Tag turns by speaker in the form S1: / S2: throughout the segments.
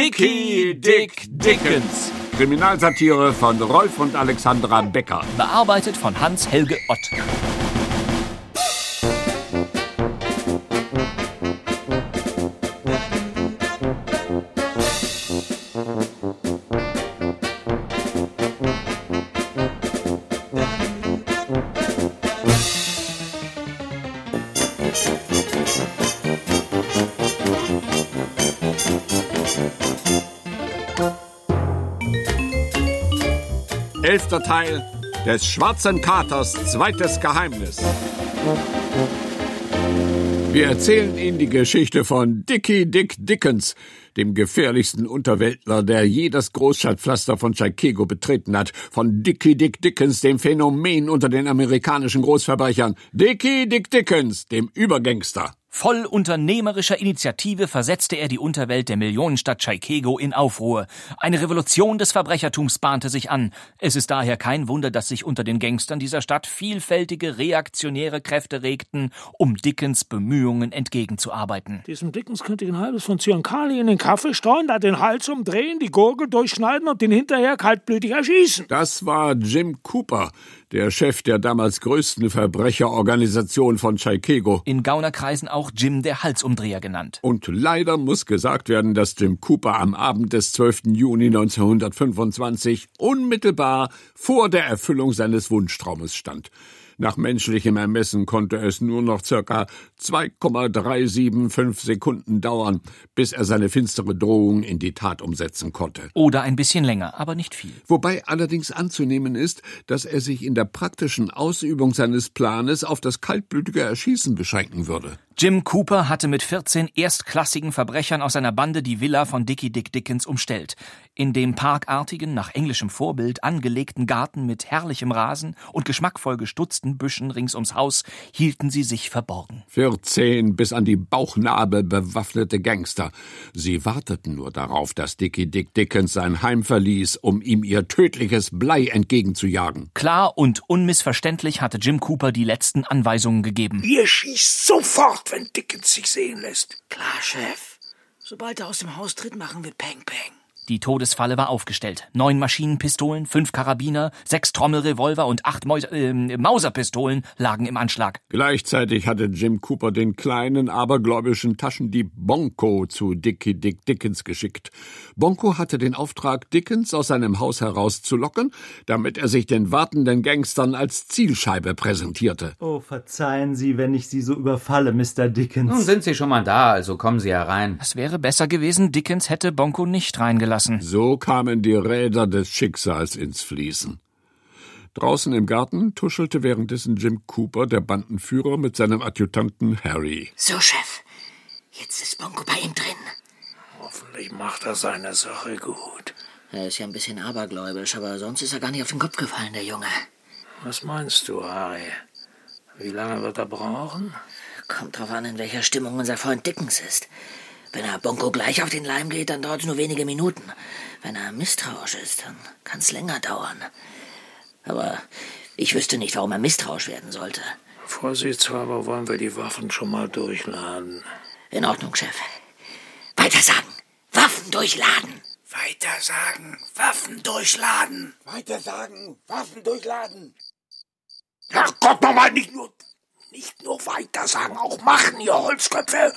S1: Dicky Dick Dickens.
S2: Kriminalsatire von Rolf und Alexandra Becker.
S1: Bearbeitet von Hans-Helge Ott.
S2: Elfter Teil des Schwarzen Katers zweites Geheimnis. Wir erzählen Ihnen die Geschichte von Dickie Dick Dickens, dem gefährlichsten Unterweltler, der je das Großstadtpflaster von Chicago betreten hat, von Dickie Dick Dickens, dem Phänomen unter den amerikanischen Großverbrechern, Dickie Dick Dickens, dem Übergangster.
S1: Voll unternehmerischer Initiative versetzte er die Unterwelt der Millionenstadt Chicago in Aufruhr. Eine Revolution des Verbrechertums bahnte sich an. Es ist daher kein Wunder, dass sich unter den Gangstern dieser Stadt vielfältige reaktionäre Kräfte regten, um Dickens Bemühungen entgegenzuarbeiten.
S3: Diesem Dickens könnte ich ein halbes von Zyankali in den Kaffee streuen, da den Hals umdrehen, die Gurgel durchschneiden und den hinterher kaltblütig erschießen.
S2: Das war Jim Cooper, der Chef der damals größten Verbrecherorganisation von Chicago.
S1: In Gaunerkreisen auch Jim der Halsumdreher genannt.
S2: Und leider muss gesagt werden, dass Jim Cooper am Abend des 12. Juni 1925 unmittelbar vor der Erfüllung seines Wunschtraumes stand. Nach menschlichem Ermessen konnte es nur noch circa 2,375 Sekunden dauern, bis er seine finstere Drohung in die Tat umsetzen konnte.
S1: Oder ein bisschen länger, aber nicht viel.
S2: Wobei allerdings anzunehmen ist, dass er sich in der praktischen Ausübung seines Planes auf das kaltblütige Erschießen beschränken würde.
S1: Jim Cooper hatte mit 14 erstklassigen Verbrechern aus seiner Bande die Villa von Dickie Dick Dickens umstellt. In dem parkartigen, nach englischem Vorbild angelegten Garten mit herrlichem Rasen und geschmackvoll gestutzten Büschen rings ums Haus hielten sie sich verborgen.
S2: 14 bis an die Bauchnabel bewaffnete Gangster. Sie warteten nur darauf, dass Dickie Dick Dickens sein Heim verließ, um ihm ihr tödliches Blei entgegenzujagen.
S1: Klar und unmissverständlich hatte Jim Cooper die letzten Anweisungen gegeben.
S3: Ihr schießt sofort, wenn Dickens sich sehen lässt.
S4: Klar, Chef. Sobald er aus dem Haus tritt, machen wir Peng Peng.
S1: Die Todesfalle war aufgestellt. Neun Maschinenpistolen, fünf Karabiner, sechs Trommelrevolver und acht Mäus äh, Mauserpistolen lagen im Anschlag.
S2: Gleichzeitig hatte Jim Cooper den kleinen, abergläubischen Taschendieb Bonko zu Dickie Dick Dickens geschickt. Bonko hatte den Auftrag, Dickens aus seinem Haus herauszulocken, damit er sich den wartenden Gangstern als Zielscheibe präsentierte.
S5: Oh, verzeihen Sie, wenn ich Sie so überfalle, Mr. Dickens.
S6: Nun sind Sie schon mal da, also kommen Sie herein.
S1: Es wäre besser gewesen, Dickens hätte Bonko nicht reingelassen.
S2: So kamen die Räder des Schicksals ins Fließen. Draußen im Garten tuschelte währenddessen Jim Cooper, der Bandenführer, mit seinem Adjutanten Harry.
S4: So, Chef. Jetzt ist Bonko bei ihm drin.
S3: Hoffentlich macht er seine Sache gut.
S4: Er ist ja ein bisschen abergläubisch, aber sonst ist er gar nicht auf den Kopf gefallen, der Junge.
S3: Was meinst du, Harry? Wie lange wird er brauchen?
S4: Kommt drauf an, in welcher Stimmung unser Freund Dickens ist. Wenn er Bonko gleich auf den Leim geht, dann dauert es nur wenige Minuten. Wenn er misstrauisch ist, dann kann es länger dauern. Aber ich wüsste nicht, warum er misstrauisch werden sollte.
S3: Vorsichtshalber wollen wir die Waffen schon mal durchladen.
S4: In Ordnung, Chef. Weitersagen. Waffen durchladen.
S7: Weitersagen, Waffen durchladen. Weitersagen, Waffen durchladen. Herrgott, nochmal nicht nur, nicht nur weitersagen, auch machen, ihr Holzköpfe.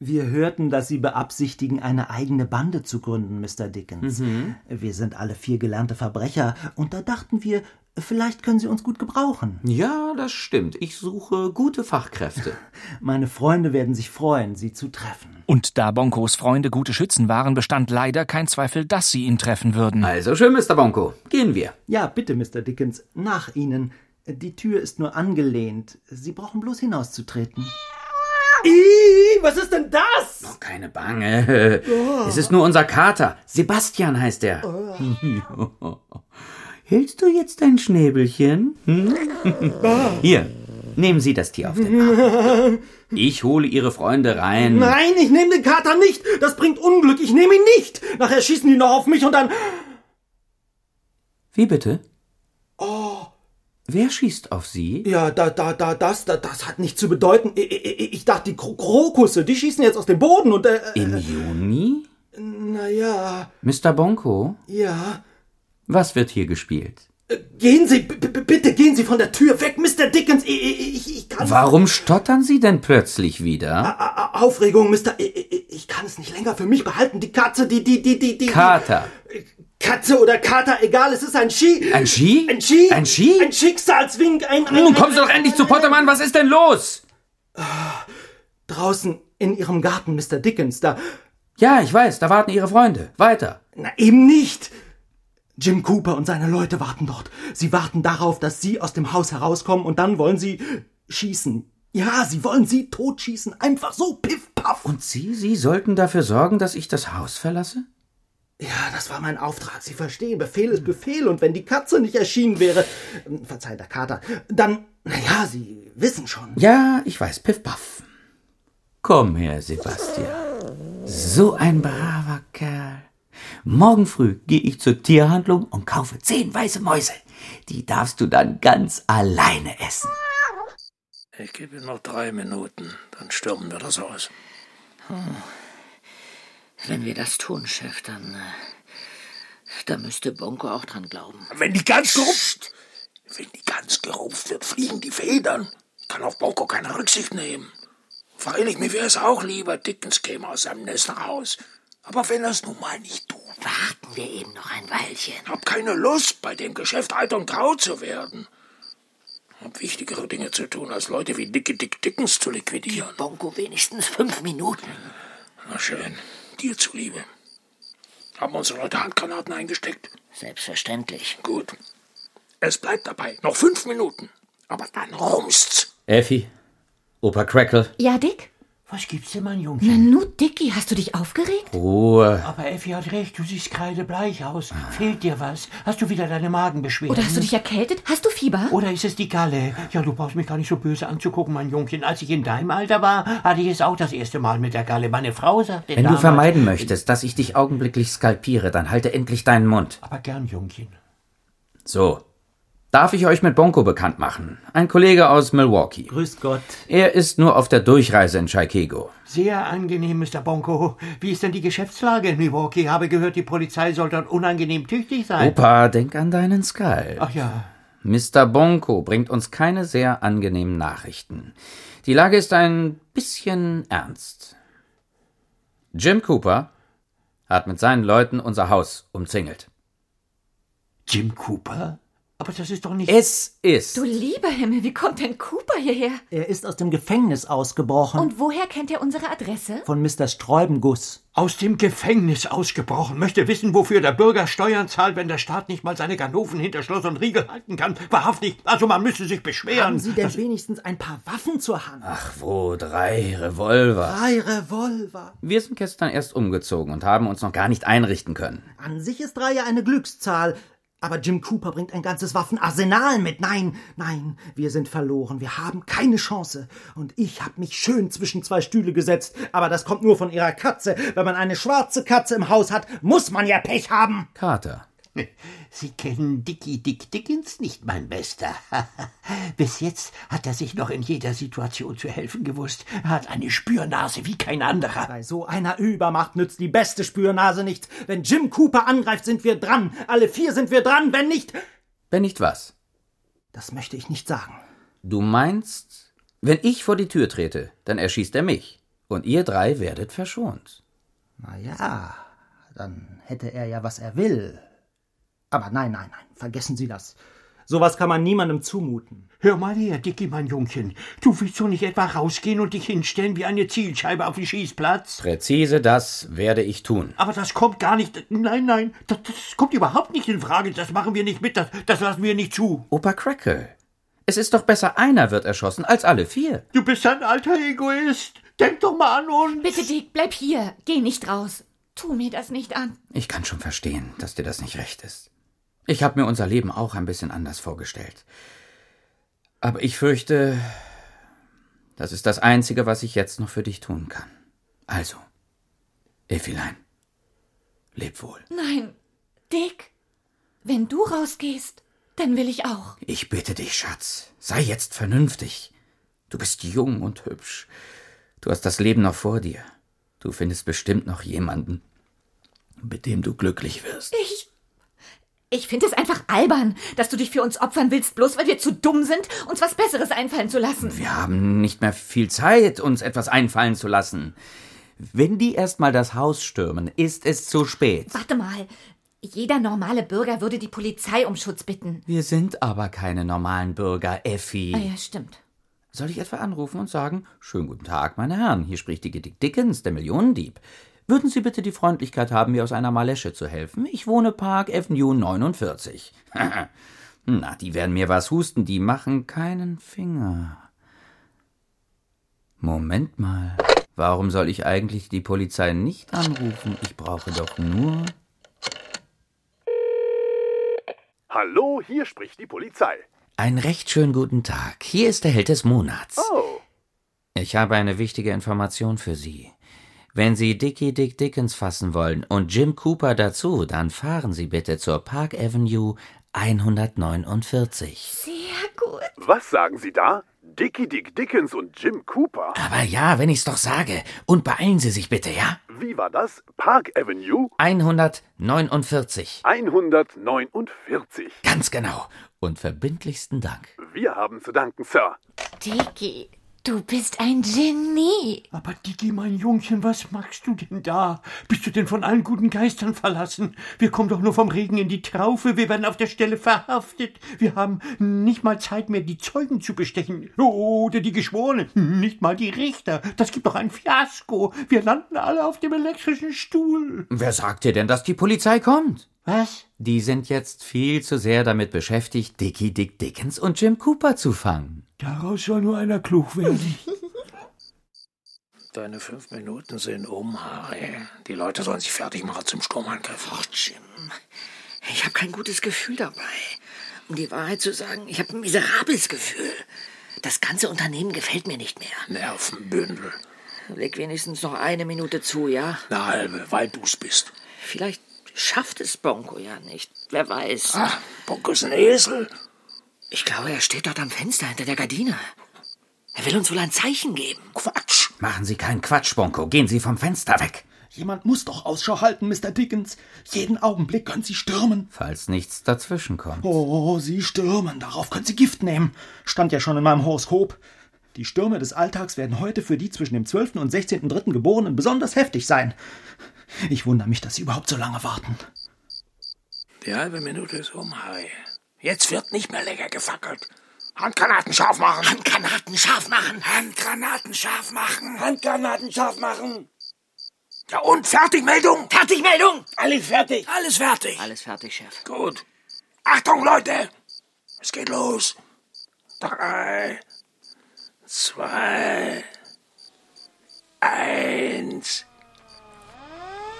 S5: Wir hörten, dass Sie beabsichtigen, eine eigene Bande zu gründen, Mr. Dickens.
S8: Mhm.
S5: Wir sind alle vier gelernte Verbrecher und da dachten wir, vielleicht können Sie uns gut gebrauchen.
S6: Ja, das stimmt. Ich suche gute Fachkräfte.
S5: Meine Freunde werden sich freuen, Sie zu treffen.
S1: Und da Bonkos Freunde gute Schützen waren, bestand leider kein Zweifel, dass sie ihn treffen würden.
S6: Also schön, Mr. Bonko. Gehen wir.
S5: Ja, bitte, Mr. Dickens, nach Ihnen. Die Tür ist nur angelehnt. Sie brauchen bloß hinauszutreten. Ih, was ist denn das?
S6: Oh, keine Bange. Oh. Es ist nur unser Kater. Sebastian heißt er. Oh. Hältst du jetzt dein Schnäbelchen? Hm? Hier, nehmen Sie das Tier auf den Arm. Ich hole Ihre Freunde
S5: Hm.
S6: rein.
S8: Nein, ich nehme den Kater nicht. Das bringt Unglück. Ich nehme ihn nicht. Nachher schießen die noch auf mich und dann.
S6: Oh. Wie bitte? Wer schießt auf Sie?
S8: Ja, da, da, da, das, da, das hat nichts zu bedeuten. Ich, ich, ich dachte, die Kro Krokusse, die schießen jetzt aus dem Boden und, äh,
S6: Im Juni?
S8: naja,
S6: Mr. Bonko,
S8: ja.
S6: was wird hier gespielt?
S8: Äh, Gehen Sie, b- b- bitte gehen Sie von der Tür weg, Mr. Dickens. Ich, ich, ich- ich kann...
S6: Warum stottern Sie denn plötzlich wieder?
S8: A- A- Aufregung, Mr. Ich, ich, ich kann es nicht länger für mich behalten. Die Katze, die, die, die, die, die...
S6: Kater.
S8: Katze oder Kater, egal, es ist ein Ski.
S6: Ein Ski?
S8: Ein Ski?
S6: Ein Ski?
S8: Ein Schicksalswink, ein... ein ein-
S6: Nun kommen Sie doch
S8: ein-
S6: endlich zu
S8: ein- ein-
S6: Pottermann, was ist denn los?
S8: Draußen in Ihrem Garten, Mr. Dickens, da...
S6: Ja, ich weiß, da warten Ihre Freunde. Weiter.
S8: Na eben nicht! Jim Cooper und seine Leute warten dort. Sie warten darauf, dass Sie aus dem Haus herauskommen und dann wollen Sie schießen. Ja, sie wollen Sie totschießen. Einfach so, piff, paff. Und
S6: Und Sie, Sie sollten dafür sorgen, dass ich das Haus verlasse?
S8: ja, das war mein Auftrag. Sie verstehen, Befehl ist Befehl. Und wenn die Katze nicht erschienen wäre, ähm, verzeih der Kater, dann, na ja, Sie wissen schon.
S6: Ja, ich weiß, piff paff. Komm her, Sebastian. So ein braver Kerl. Morgen früh gehe ich zur Tierhandlung und kaufe zehn weiße Mäuse. Die darfst du dann ganz alleine essen.
S7: Ich gebe ihm noch drei Minuten, dann stürmen wir das Haus.
S4: Wenn wir das tun, Chef, dann. äh, Da müsste Bonko auch dran glauben.
S7: Wenn die Gans gerupft, wenn die Gans gerupft wird, fliegen die Federn. Kann auf Bonko keine Rücksicht nehmen. Freilich, mir wäre es auch lieber, Dickens käme aus seinem Nest raus. Aber wenn er es nun mal nicht tut,
S4: Warten wir eben noch ein Weilchen.
S7: hab keine Lust, bei dem Geschäft alt und grau zu werden. Hab wichtigere Dinge zu tun, als Leute wie Dicke Dick Dickens zu liquidieren.
S4: Bonko wenigstens fünf Minuten.
S7: Na schön, dir zuliebe. Haben unsere Leute Handgranaten eingesteckt?
S4: Selbstverständlich.
S7: Gut. Es bleibt dabei. Noch fünf Minuten. Aber dann rumst's.
S6: Effi, Opa Crackle,
S9: Ja, Dick?
S10: Was gibt's denn, mein Junge?
S7: Hm.
S9: Na nu, Dicky, hast du dich aufgeregt?
S6: Ruhe.
S10: Aber Effi hat recht, du siehst kreidebleich aus. Fehlt dir was? Hast du wieder deine Magenbeschwerden?
S9: Oder hast du dich erkältet? Hast du Fieber?
S7: Oh.
S10: Oder ist es die Galle? Ja, du brauchst mich gar nicht so böse anzugucken, mein Jungchen. Als ich in deinem Alter war, hatte ich es auch das erste Mal mit der Galle. Meine Frau sagte
S6: Wenn du
S10: damals-
S6: vermeiden möchtest, dass ich dich augenblicklich skalpiere, dann halte endlich deinen Mund.
S10: Aber gern, Jungchen.
S6: So. Darf ich euch mit Bonko bekannt machen? Ein Kollege aus Milwaukee.
S5: Grüß Gott.
S6: Er ist nur auf der Durchreise in Chicago.
S10: Sehr angenehm, Mr. Bonko. Wie ist denn die Geschäftslage in Milwaukee? Habe gehört, die Polizei soll dort unangenehm tüchtig sein.
S6: Opa, denk an deinen Skull.
S10: Ach ja.
S6: Mr. Bonko bringt uns keine sehr angenehmen Nachrichten. Die Lage ist ein bisschen ernst. Jim Cooper hat mit seinen Leuten unser Haus umzingelt.
S10: Jim Cooper? Aber das ist doch nicht...
S6: Es ist.
S9: Du lieber Himmel, wie kommt denn Cooper hierher?
S5: Er ist aus dem Gefängnis ausgebrochen.
S9: Und woher kennt er unsere Adresse?
S5: von Mr. Sträubenguss.
S10: aus dem Gefängnis ausgebrochen, möchte wissen, wofür der Bürger Steuern zahlt, wenn der Staat nicht mal seine Ganoven hinter Schloss und Riegel halten kann. Wahrhaftig, also man müsste sich beschweren.
S5: Haben Sie denn wenigstens ein paar Waffen zur Hand?
S6: Ach wo, drei Revolver.
S5: Drei Revolver.
S6: Wir sind gestern erst umgezogen und haben uns noch gar nicht einrichten können.
S5: An sich ist drei ja eine Glückszahl. Aber Jim Cooper bringt ein ganzes Waffenarsenal mit. Nein, nein, wir sind verloren. Wir haben keine Chance. Und ich hab mich schön zwischen zwei Stühle gesetzt. Aber das kommt nur von ihrer Katze. Wenn man eine schwarze Katze im Haus hat, muss man ja Pech haben.
S6: Kater.
S10: Sie kennen Dicky Dick Dickens nicht, mein Bester. Bis jetzt hat er sich noch in jeder Situation zu helfen gewusst. Er hat eine Spürnase wie kein anderer.
S5: Bei so einer Übermacht nützt die beste Spürnase nichts. Wenn Jim Cooper angreift, sind wir dran. Alle vier sind wir dran. Wenn nicht.
S6: Wenn nicht was?
S5: Das möchte ich nicht sagen.
S6: Du meinst, wenn ich vor die Tür trete, dann erschießt er mich. Und ihr drei werdet verschont.
S5: Na ja, dann hätte er ja, was er will. Aber nein, nein, nein, vergessen Sie das. Sowas kann man niemandem zumuten.
S10: Hör mal her, Dicky, mein Jungchen. Du willst doch nicht etwa rausgehen und dich hinstellen wie eine Zielscheibe auf den Schießplatz?
S6: Präzise das werde ich tun.
S10: Aber das kommt gar nicht. Nein, nein, das, das kommt überhaupt nicht in Frage. Das machen wir nicht mit. Das, das lassen wir nicht zu.
S6: Opa Crackle. Es ist doch besser, einer wird erschossen als alle vier.
S10: Du bist ein alter Egoist. Denk doch mal an uns.
S9: Bitte, Dick, bleib hier. Geh nicht raus. Tu mir das nicht an.
S6: Ich kann schon verstehen, dass dir das nicht recht ist. Ich habe mir unser Leben auch ein bisschen anders vorgestellt. Aber ich fürchte, das ist das Einzige, was ich jetzt noch für dich tun kann. Also, Effilein, leb wohl.
S9: Nein, Dick, wenn du rausgehst, Dann will ich auch.
S6: Ich bitte dich, Schatz, sei jetzt vernünftig. Du bist jung und hübsch. Du hast das Leben noch vor dir. Du findest bestimmt noch jemanden, mit dem du glücklich wirst.
S9: Ich. Ich finde es einfach albern, dass du dich für uns opfern willst, bloß weil wir zu dumm sind, uns was Besseres einfallen zu lassen.
S6: Wir haben nicht mehr viel Zeit, uns etwas einfallen zu lassen. Wenn die erstmal das Haus stürmen, ist es zu spät.
S9: Warte mal. Jeder normale Bürger würde die Polizei um Schutz bitten.
S6: Wir sind aber keine normalen Bürger, Effi.
S9: Ah ja, stimmt.
S6: Soll ich etwa anrufen und sagen, schönen guten Tag, meine Herren, hier spricht Dicke Dick Dickens, der Millionendieb. Würden Sie bitte die Freundlichkeit haben, mir aus einer Malesche zu helfen? Ich wohne Park Avenue 49. Na, die werden mir was husten, die machen keinen Finger. Moment mal. Warum soll ich eigentlich die Polizei nicht anrufen? Ich brauche doch nur.
S11: Hallo, hier spricht die Polizei.
S6: Einen recht schönen guten Tag. Hier ist der Held des Monats.
S11: Oh,
S6: Ich habe eine wichtige Information für Sie. Wenn Sie Dickie Dick Dickens fassen wollen und Jim Cooper dazu, dann fahren Sie bitte zur Park Avenue 149.
S9: Sehr gut.
S11: was sagen Sie da? Dickie Dick Dickens und Jim Cooper?
S6: Aber ja, wenn ich's doch sage. Und beeilen Sie sich bitte, ja?
S11: Wie war das? Park Avenue
S6: 149.
S11: 149.
S6: Ganz genau. Und verbindlichsten Dank.
S11: Wir haben zu danken, Sir.
S9: Dicky, du bist ein Genie.
S10: Aber Dicky, mein Jungchen, was machst du denn da? Bist du denn von allen guten Geistern verlassen? Wir kommen doch nur vom Regen in die Traufe, wir werden auf der Stelle verhaftet. Wir haben nicht mal Zeit mehr, die Zeugen zu bestechen. Oder die Geschworenen, nicht mal die Richter. Das gibt doch ein Fiasko. Wir landen alle auf dem elektrischen Stuhl.
S6: Wer sagt dir denn, dass die Polizei kommt?
S10: Was?
S6: Die sind jetzt viel zu sehr damit beschäftigt, Dickie Dick Dickens und Jim Cooper zu fangen.
S10: Daraus soll nur einer klug werden.
S7: Deine fünf Minuten sind um, Harry. Die Leute sollen sich fertig machen zum Sturmangriff.
S4: Och, Jim. Ich habe kein gutes Gefühl dabei. Um die Wahrheit zu sagen, ich habe ein miserables Gefühl. Das ganze Unternehmen gefällt mir nicht mehr.
S7: Nervenbündel.
S4: Leg wenigstens noch eine Minute zu, ja?
S7: Eine halbe, weil du's bist.
S4: Vielleicht schafft es Bonko ja nicht. Wer weiß.
S7: Ach, Bock ist ein Esel.
S4: Ich glaube, er steht dort am Fenster hinter der Gardine. Er will uns wohl ein Zeichen geben.
S7: Quatsch.
S6: Machen Sie keinen Quatsch, Bonko. Gehen Sie vom Fenster weg.
S8: Jemand muss doch Ausschau halten, Mr. Dickens. Jeden Augenblick können Sie stürmen.
S6: Falls nichts dazwischen kommt.
S8: Oh, Sie stürmen. Darauf können Sie Gift nehmen. Stand ja schon in meinem Horoskop. Die Stürme des Alltags werden heute für die zwischen dem 12. und 16.3. Geborenen besonders heftig sein. Ich wundere mich, dass Sie überhaupt so lange warten.
S7: Die halbe Minute ist um, Harry. Jetzt wird nicht mehr länger gefackelt. Handgranaten scharf machen. Handgranaten scharf machen. Handgranaten scharf machen. Handgranaten scharf machen. Ja und Fertigmeldung. Fertigmeldung. Alles fertig. Alles fertig.
S4: Alles fertig, Chef.
S7: Gut. Achtung, Leute! Es geht los. Drei, zwei, eins.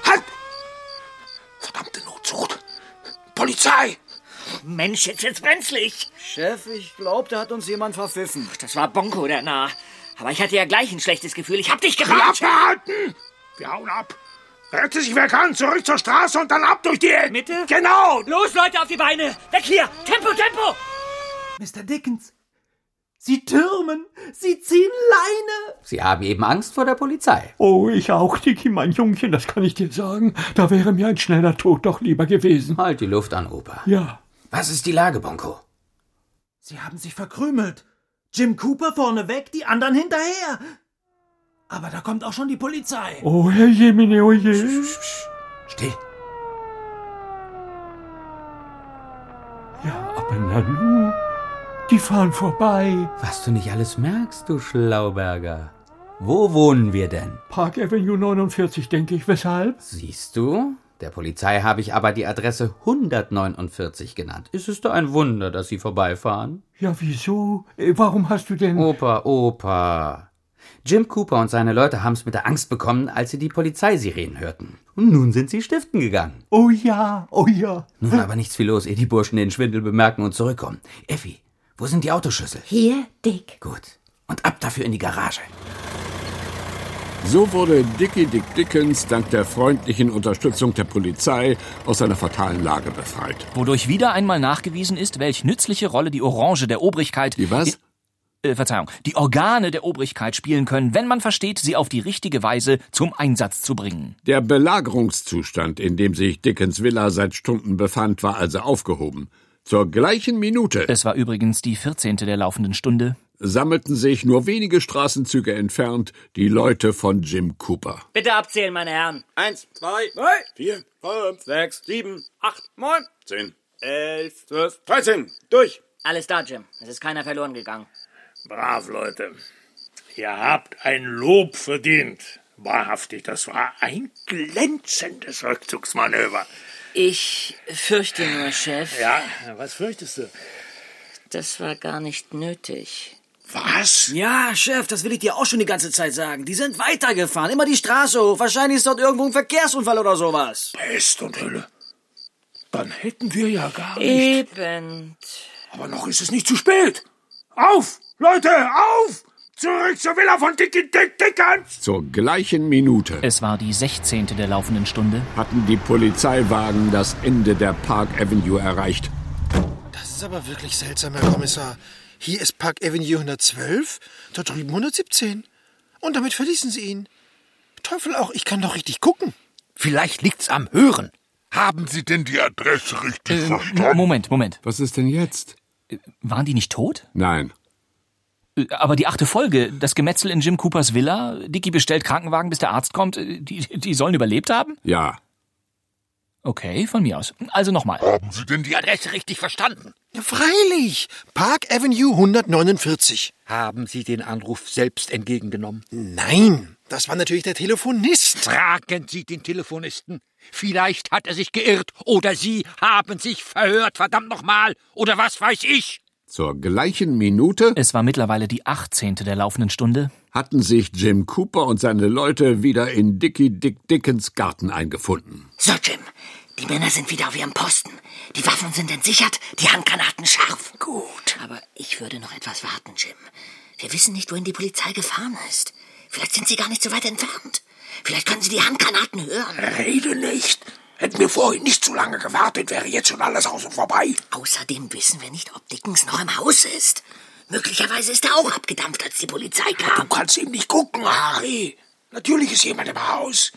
S7: Halt! Verdammte Notzucht! Polizei!
S4: Mensch, jetzt wird's brenzlig.
S12: Chef, ich glaube, da hat uns jemand verpfiffen.
S4: Das war Bonko, der Narr. Aber ich hatte ja gleich ein schlechtes Gefühl. Ich hab dich
S7: Klappe
S4: gewarnt.
S7: halten! Wir hauen ab! Rette sich, wer kann, zurück zur Straße und dann ab durch die Mitte? Genau!
S4: Los, Leute, auf die Beine. Weg hier. Tempo, Tempo.
S5: Mr. Dickens, Sie türmen, Sie ziehen Leine.
S6: Sie haben eben Angst vor der Polizei.
S10: Oh, ich auch, Dicky, mein Jungchen, das kann ich dir sagen. Da wäre mir ein schneller Tod doch lieber gewesen.
S6: Halt die Luft an, Opa.
S10: Ja.
S6: Was ist die Lage, Bonko?
S5: Sie haben sich verkrümelt. Jim Cooper vorne weg, die anderen hinterher. Aber da kommt auch schon die Polizei.
S10: Oh, Herr Jemine, oh je.
S6: Still.
S10: Ja, aber na nu, die fahren vorbei.
S6: Was du nicht alles merkst, du Schlauberger. Wo wohnen wir denn?
S10: Park Avenue 49, denke ich. Weshalb?
S6: Siehst du? Der Polizei habe ich aber die Adresse 149 genannt. Ist es da ein Wunder, dass sie vorbeifahren?
S10: Ja, wieso? Äh, Warum hast du denn...
S6: Opa, Opa. Jim Cooper und seine Leute haben's mit der Angst bekommen, als sie die Polizeisirenen hörten. Und nun sind sie stiften gegangen.
S10: Oh ja, oh ja.
S6: Nun aber nichts viel los, ehe die Burschen den Schwindel bemerken und zurückkommen. Effi, wo sind die Autoschlüssel?
S9: Hier, Dick.
S6: Gut. Und ab dafür in die Garage.
S2: So wurde Dickie Dick Dickens dank der freundlichen Unterstützung der Polizei aus seiner fatalen Lage befreit.
S1: Wodurch wieder einmal nachgewiesen ist, welch nützliche Rolle die Orange der Obrigkeit.
S2: Die was?
S1: äh, Verzeihung, die Organe der Obrigkeit spielen können, wenn man versteht, sie auf die richtige Weise zum Einsatz zu bringen.
S2: Der Belagerungszustand, in dem sich Dickens Villa seit Stunden befand, war also aufgehoben. Zur gleichen Minute.
S1: Es war übrigens die 14. der laufenden Stunde.
S2: Sammelten sich nur wenige Straßenzüge entfernt die Leute von Jim Cooper.
S4: Bitte abzählen, meine Herren.
S13: Eins, zwei, drei, vier, fünf, sechs, sieben, acht, neun, zehn, elf, zwölf, dreizehn. Durch.
S4: Alles da, Jim. Es ist keiner verloren gegangen.
S14: Brav, Leute. Ihr habt ein Lob verdient. Wahrhaftig, das war ein glänzendes Rückzugsmanöver.
S4: Ich fürchte nur, Chef.
S14: Ja, was fürchtest du?
S4: Das war gar nicht nötig.
S14: Was?
S12: Ja, Chef, das will ich dir auch schon die ganze Zeit sagen. Die sind weitergefahren, immer die Straße hoch. Wahrscheinlich ist dort irgendwo ein Verkehrsunfall oder sowas.
S14: Pest und Hölle. Dann hätten wir ja gar
S12: Äh.
S14: nicht.
S4: Eben.
S14: Aber noch ist es nicht zu spät. Auf, Leute, auf! Zurück zur Villa von Dicky Dick Dickens!
S2: Zur gleichen Minute.
S1: Es war die 16. der laufenden Stunde.
S2: Hatten die Polizeiwagen das Ende der Park Avenue erreicht.
S15: Das ist aber wirklich seltsam, Herr Kommissar. Hier ist Park Avenue 112, dort drüben 117. Und damit verließen sie ihn. Teufel auch, ich kann doch richtig gucken.
S16: Vielleicht liegt's am Hören. Haben Sie denn die Adresse richtig verstanden?
S1: Moment, Moment.
S2: Was ist denn jetzt?
S1: Waren die nicht tot? Äh,
S2: Nein.
S1: Aber die achte Folge, das Gemetzel in Jim Coopers Villa, Dicky bestellt Krankenwagen, bis der Arzt kommt, äh, die, die sollen überlebt haben?
S2: Ja.
S1: Okay, von mir aus. Also nochmal.
S16: Haben Sie denn die Adresse richtig verstanden?
S15: Ja, freilich. Park Avenue 149.
S16: Haben Sie den Anruf selbst entgegengenommen?
S15: Nein, das war natürlich der Telefonist.
S16: Fragen Sie den Telefonisten. Vielleicht hat er sich geirrt oder Sie haben sich verhört, verdammt nochmal. Oder was weiß ich?
S2: Zur gleichen Minute
S1: Es war mittlerweile die 18. der laufenden Stunde.
S2: hatten sich Jim Cooper und seine Leute wieder in Dickie Dick Dickens Garten eingefunden.
S4: So, Jim. Die Männer sind wieder auf ihrem Posten. Die Waffen sind entsichert, die Handgranaten scharf. Gut. Aber ich würde noch etwas warten, Jim. Wir wissen nicht, wohin die Polizei gefahren ist. Vielleicht sind sie gar nicht so weit entfernt. Vielleicht können sie die Handgranaten hören.
S7: Rede nicht. Hätten wir vorhin nicht zu lange gewartet, wäre jetzt schon alles aus und vorbei.
S4: Außerdem wissen wir nicht, ob Dickens noch im Haus ist. Möglicherweise ist er auch abgedampft, als die Polizei
S7: Du
S4: kam.
S7: kannst eben nicht gucken, Harry. Natürlich ist jemand im Haus.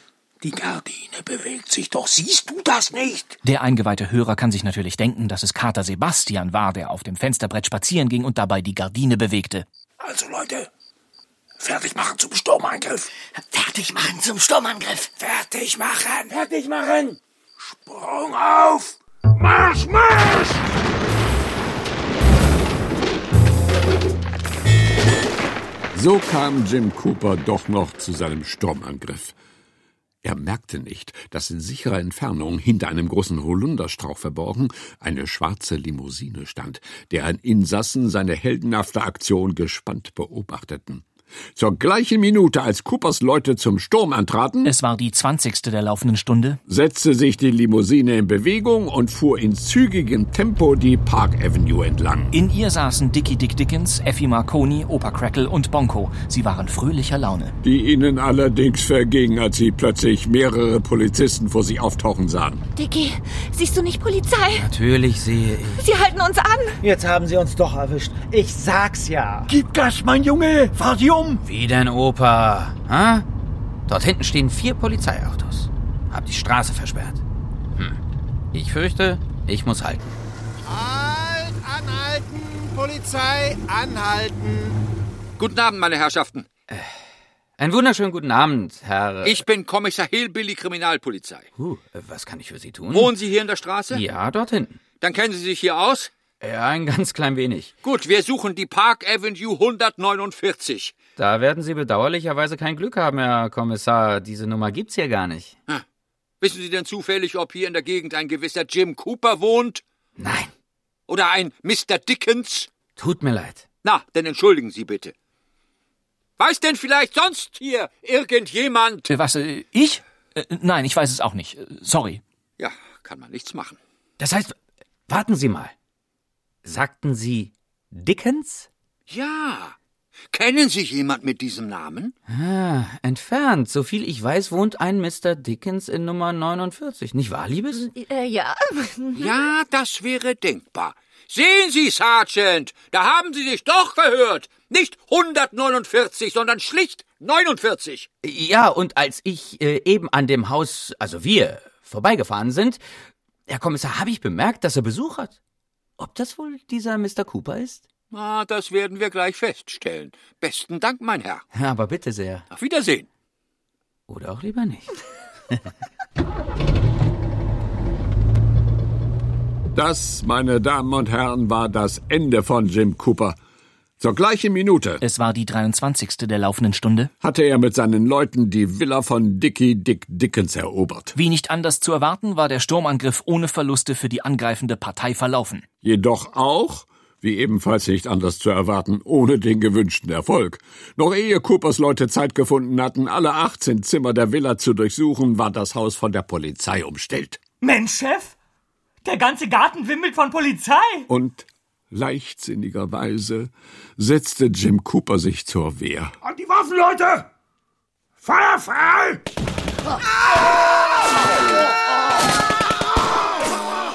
S7: Die Gardine bewegt sich doch. Siehst du das nicht?
S1: Der eingeweihte Hörer kann sich natürlich denken, dass es Kater Sebastian war, der auf dem Fensterbrett spazieren ging und dabei die Gardine bewegte.
S7: Also, Leute, fertig machen zum Sturmangriff.
S4: Fertig machen zum Sturmangriff.
S7: Fertig machen. Fertig machen. Sprung auf. Marsch, Marsch!
S2: So kam Jim Cooper doch noch zu seinem Sturmangriff. Er merkte nicht, dass in sicherer Entfernung hinter einem großen Holunderstrauch verborgen eine schwarze Limousine stand, deren Insassen seine heldenhafte Aktion gespannt beobachteten. Zur gleichen Minute, als Coopers Leute zum Sturm antraten,
S1: Es war die 20. der laufenden Stunde.
S2: setzte sich die Limousine in Bewegung und fuhr in zügigem Tempo die Park Avenue entlang.
S1: In ihr saßen Dicky Dick Dickens, Effie Marconi, Opa Crackle und Bonko. Sie waren fröhlicher Laune.
S2: Die ihnen allerdings verging, als sie plötzlich mehrere Polizisten vor sie auftauchen sahen.
S9: Dicky, siehst du nicht Polizei?
S6: Natürlich sehe ich.
S9: Sie halten uns an.
S5: Jetzt haben sie uns doch erwischt. Ich sag's ja.
S10: Gib Gas, mein Junge! Fahr sie um!
S6: Wie dein Opa. Hä? Dort hinten stehen vier Polizeiautos. Hab die Straße versperrt. Hm. Ich fürchte, ich muss halten.
S17: Halt, anhalten, Polizei, anhalten.
S13: Guten Abend, meine Herrschaften.
S6: Äh, Einen wunderschönen guten Abend, Herr.
S13: Ich bin Kommissar Hillbilly Kriminalpolizei.
S6: Huh, was kann ich für Sie tun?
S13: Wohnen Sie hier in der Straße?
S6: Ja, dort hinten.
S13: Dann kennen Sie sich hier aus?
S6: Ja, ein ganz klein wenig.
S13: Gut, wir suchen die Park Avenue 149.
S6: Da werden Sie bedauerlicherweise kein Glück haben, Herr Kommissar. Diese Nummer gibt's hier gar nicht.
S13: Hm. Wissen Sie denn zufällig, ob hier in der Gegend ein gewisser Jim Cooper wohnt?
S6: Nein,
S13: Oder ein Mr. Dickens?
S6: tut mir leid.
S13: Na, dann entschuldigen Sie bitte. Weiß denn vielleicht sonst hier irgendjemand?
S1: Äh, Was, äh, ich? Äh, Nein, ich weiß es auch nicht. Äh, Sorry.
S13: Ja, kann man nichts machen.
S6: Das heißt, warten Sie mal. Sagten Sie Dickens?
S13: Ja,
S18: Kennen Sie jemand mit diesem Namen?
S6: Ah, entfernt. Soviel ich weiß, wohnt ein Mr. Dickens in Nummer 49. Nicht wahr, Liebes?
S9: Äh, ja.
S18: Ja, das wäre denkbar. Sehen Sie, Sergeant, da haben Sie sich doch verhört. Nicht 149, sondern schlicht 49.
S6: Ja, und als ich äh, eben an dem Haus, also wir, vorbeigefahren sind, Herr Kommissar, habe ich bemerkt, dass er Besuch hat. Ob das wohl dieser Mr. Cooper ist?
S18: Na, das werden wir gleich feststellen. Besten Dank, mein Herr.
S6: Aber bitte sehr.
S18: Auf Wiedersehen.
S6: Oder auch lieber nicht.
S2: Das, meine Damen und Herren, war das Ende von Jim Cooper. Zur gleichen Minute.
S1: Es war die 23. der laufenden Stunde.
S2: Hatte er mit seinen Leuten die Villa von Dickie Dick Dickens erobert.
S1: Wie nicht anders zu erwarten, war der Sturmangriff ohne Verluste für die angreifende Partei verlaufen.
S2: Jedoch auch, wie ebenfalls nicht anders zu erwarten, ohne den gewünschten Erfolg. Noch ehe Coopers Leute Zeit gefunden hatten, alle 18 Zimmer der Villa zu durchsuchen, war das Haus von der Polizei umstellt.
S19: Mensch, Chef, der ganze Garten wimmelt von Polizei.
S2: Und leichtsinnigerweise setzte Jim Cooper sich zur Wehr.
S7: An die Waffen, Leute! Feuer frei!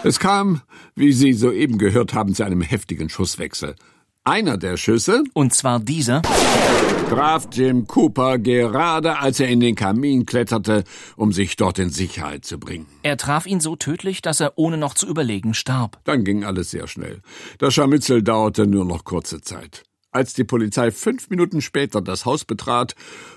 S2: Es kam, wie Sie soeben gehört haben, zu einem heftigen Schusswechsel. Einer der Schüsse,
S1: und zwar dieser,
S2: traf Jim Cooper gerade als er in den Kamin kletterte, um sich dort in Sicherheit zu bringen.
S1: Er traf ihn so tödlich, dass er ohne noch zu überlegen starb.
S2: Dann ging alles sehr schnell. Das Scharmützel dauerte nur noch kurze Zeit. Als die Polizei fünf Minuten später das Haus betrat,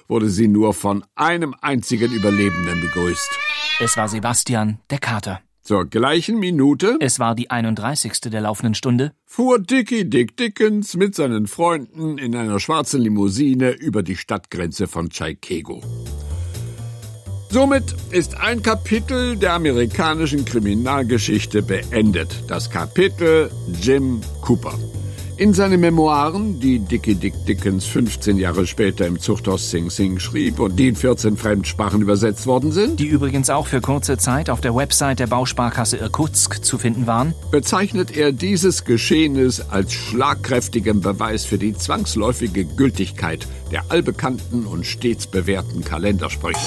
S2: wurde sie nur von einem einzigen Überlebenden begrüßt.
S1: Es war Sebastian, der Kater.
S2: Zur gleichen Minute
S1: Es war die 31. der laufenden Stunde.
S2: fuhr Dickie Dick Dickens mit seinen Freunden in einer schwarzen Limousine über die Stadtgrenze von Chaikego. Somit ist ein Kapitel der amerikanischen Kriminalgeschichte beendet. Das Kapitel Jim Cooper. In seinen Memoiren, die Dickie Dick Dickens 15 Jahre später im Zuchthaus Sing Sing schrieb und die in 14 Fremdsprachen übersetzt worden sind,
S1: die übrigens auch für kurze Zeit auf der Website der Bausparkasse Irkutsk zu finden waren,
S2: bezeichnet er dieses Geschehnis als schlagkräftigen Beweis für die zwangsläufige Gültigkeit der allbekannten und stets bewährten Kalendersprüche.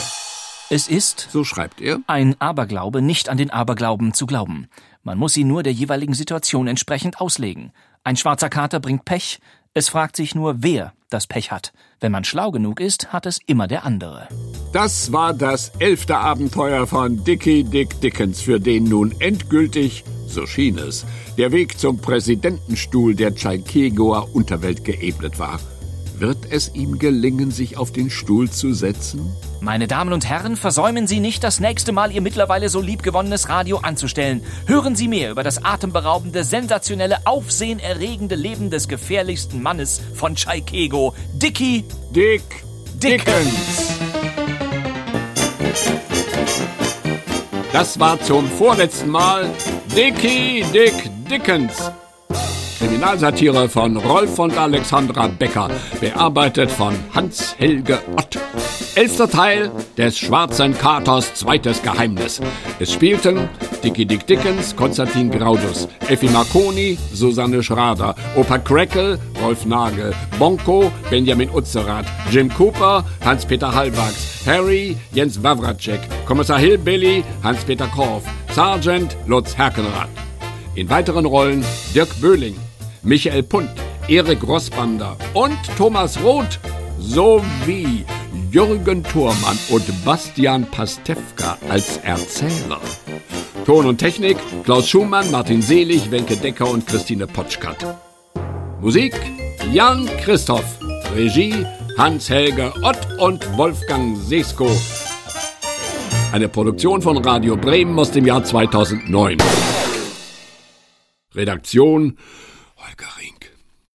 S1: Es ist,
S2: so schreibt er,
S1: ein Aberglaube, nicht an den Aberglauben zu glauben. Man muss ihn nur der jeweiligen Situation entsprechend auslegen. Ein schwarzer Kater bringt Pech, es fragt sich nur, wer das Pech hat. Wenn man schlau genug ist, hat es immer der andere.
S2: Das war das elfte Abenteuer von Dickie Dick Dickens, für den nun endgültig, so schien es, der Weg zum Präsidentenstuhl der Tschaikegoer Unterwelt geebnet war. Wird es ihm gelingen, sich auf den Stuhl zu setzen?
S1: Meine Damen und Herren, versäumen Sie nicht, das nächste Mal Ihr mittlerweile so liebgewonnenes Radio anzustellen. Hören Sie mehr über das atemberaubende, sensationelle, aufsehenerregende Leben des gefährlichsten Mannes von Chaikego, Dicky
S2: Dick
S1: Dickens.
S2: Das war zum vorletzten Mal Dickie Dick Dickens. Kriminalsatire von Rolf und Alexandra Becker, bearbeitet von Hans-Helge Ott. Elfter Teil des Schwarzen Katers zweites Geheimnis. Es spielten Dickie Dick Dickens, Konstantin Graudus, Effi Marconi, Susanne Schrader, Opa Crackle, Rolf Nagel, Bonko, Benjamin Utzerath, Jim Cooper, Hans-Peter Hallwachs, Harry, Jens Wawracek, Kommissar Hillbilly, Hans-Peter Korf, Sergeant Lutz Herkenrath. In weiteren Rollen Dirk Böhling, Michael Punt, Erik Rossbander und Thomas Roth sowie Jürgen Thormann und Bastian Pastewka als Erzähler. Ton und Technik Klaus Schumann, Martin Selig, Wenke Decker und Christine Potschkat. Musik Jan Christoph. Regie Hans-Helge Ott und Wolfgang Sesko. Eine Produktion von Radio Bremen aus dem Jahr 2009. Redaktion Holger Ring.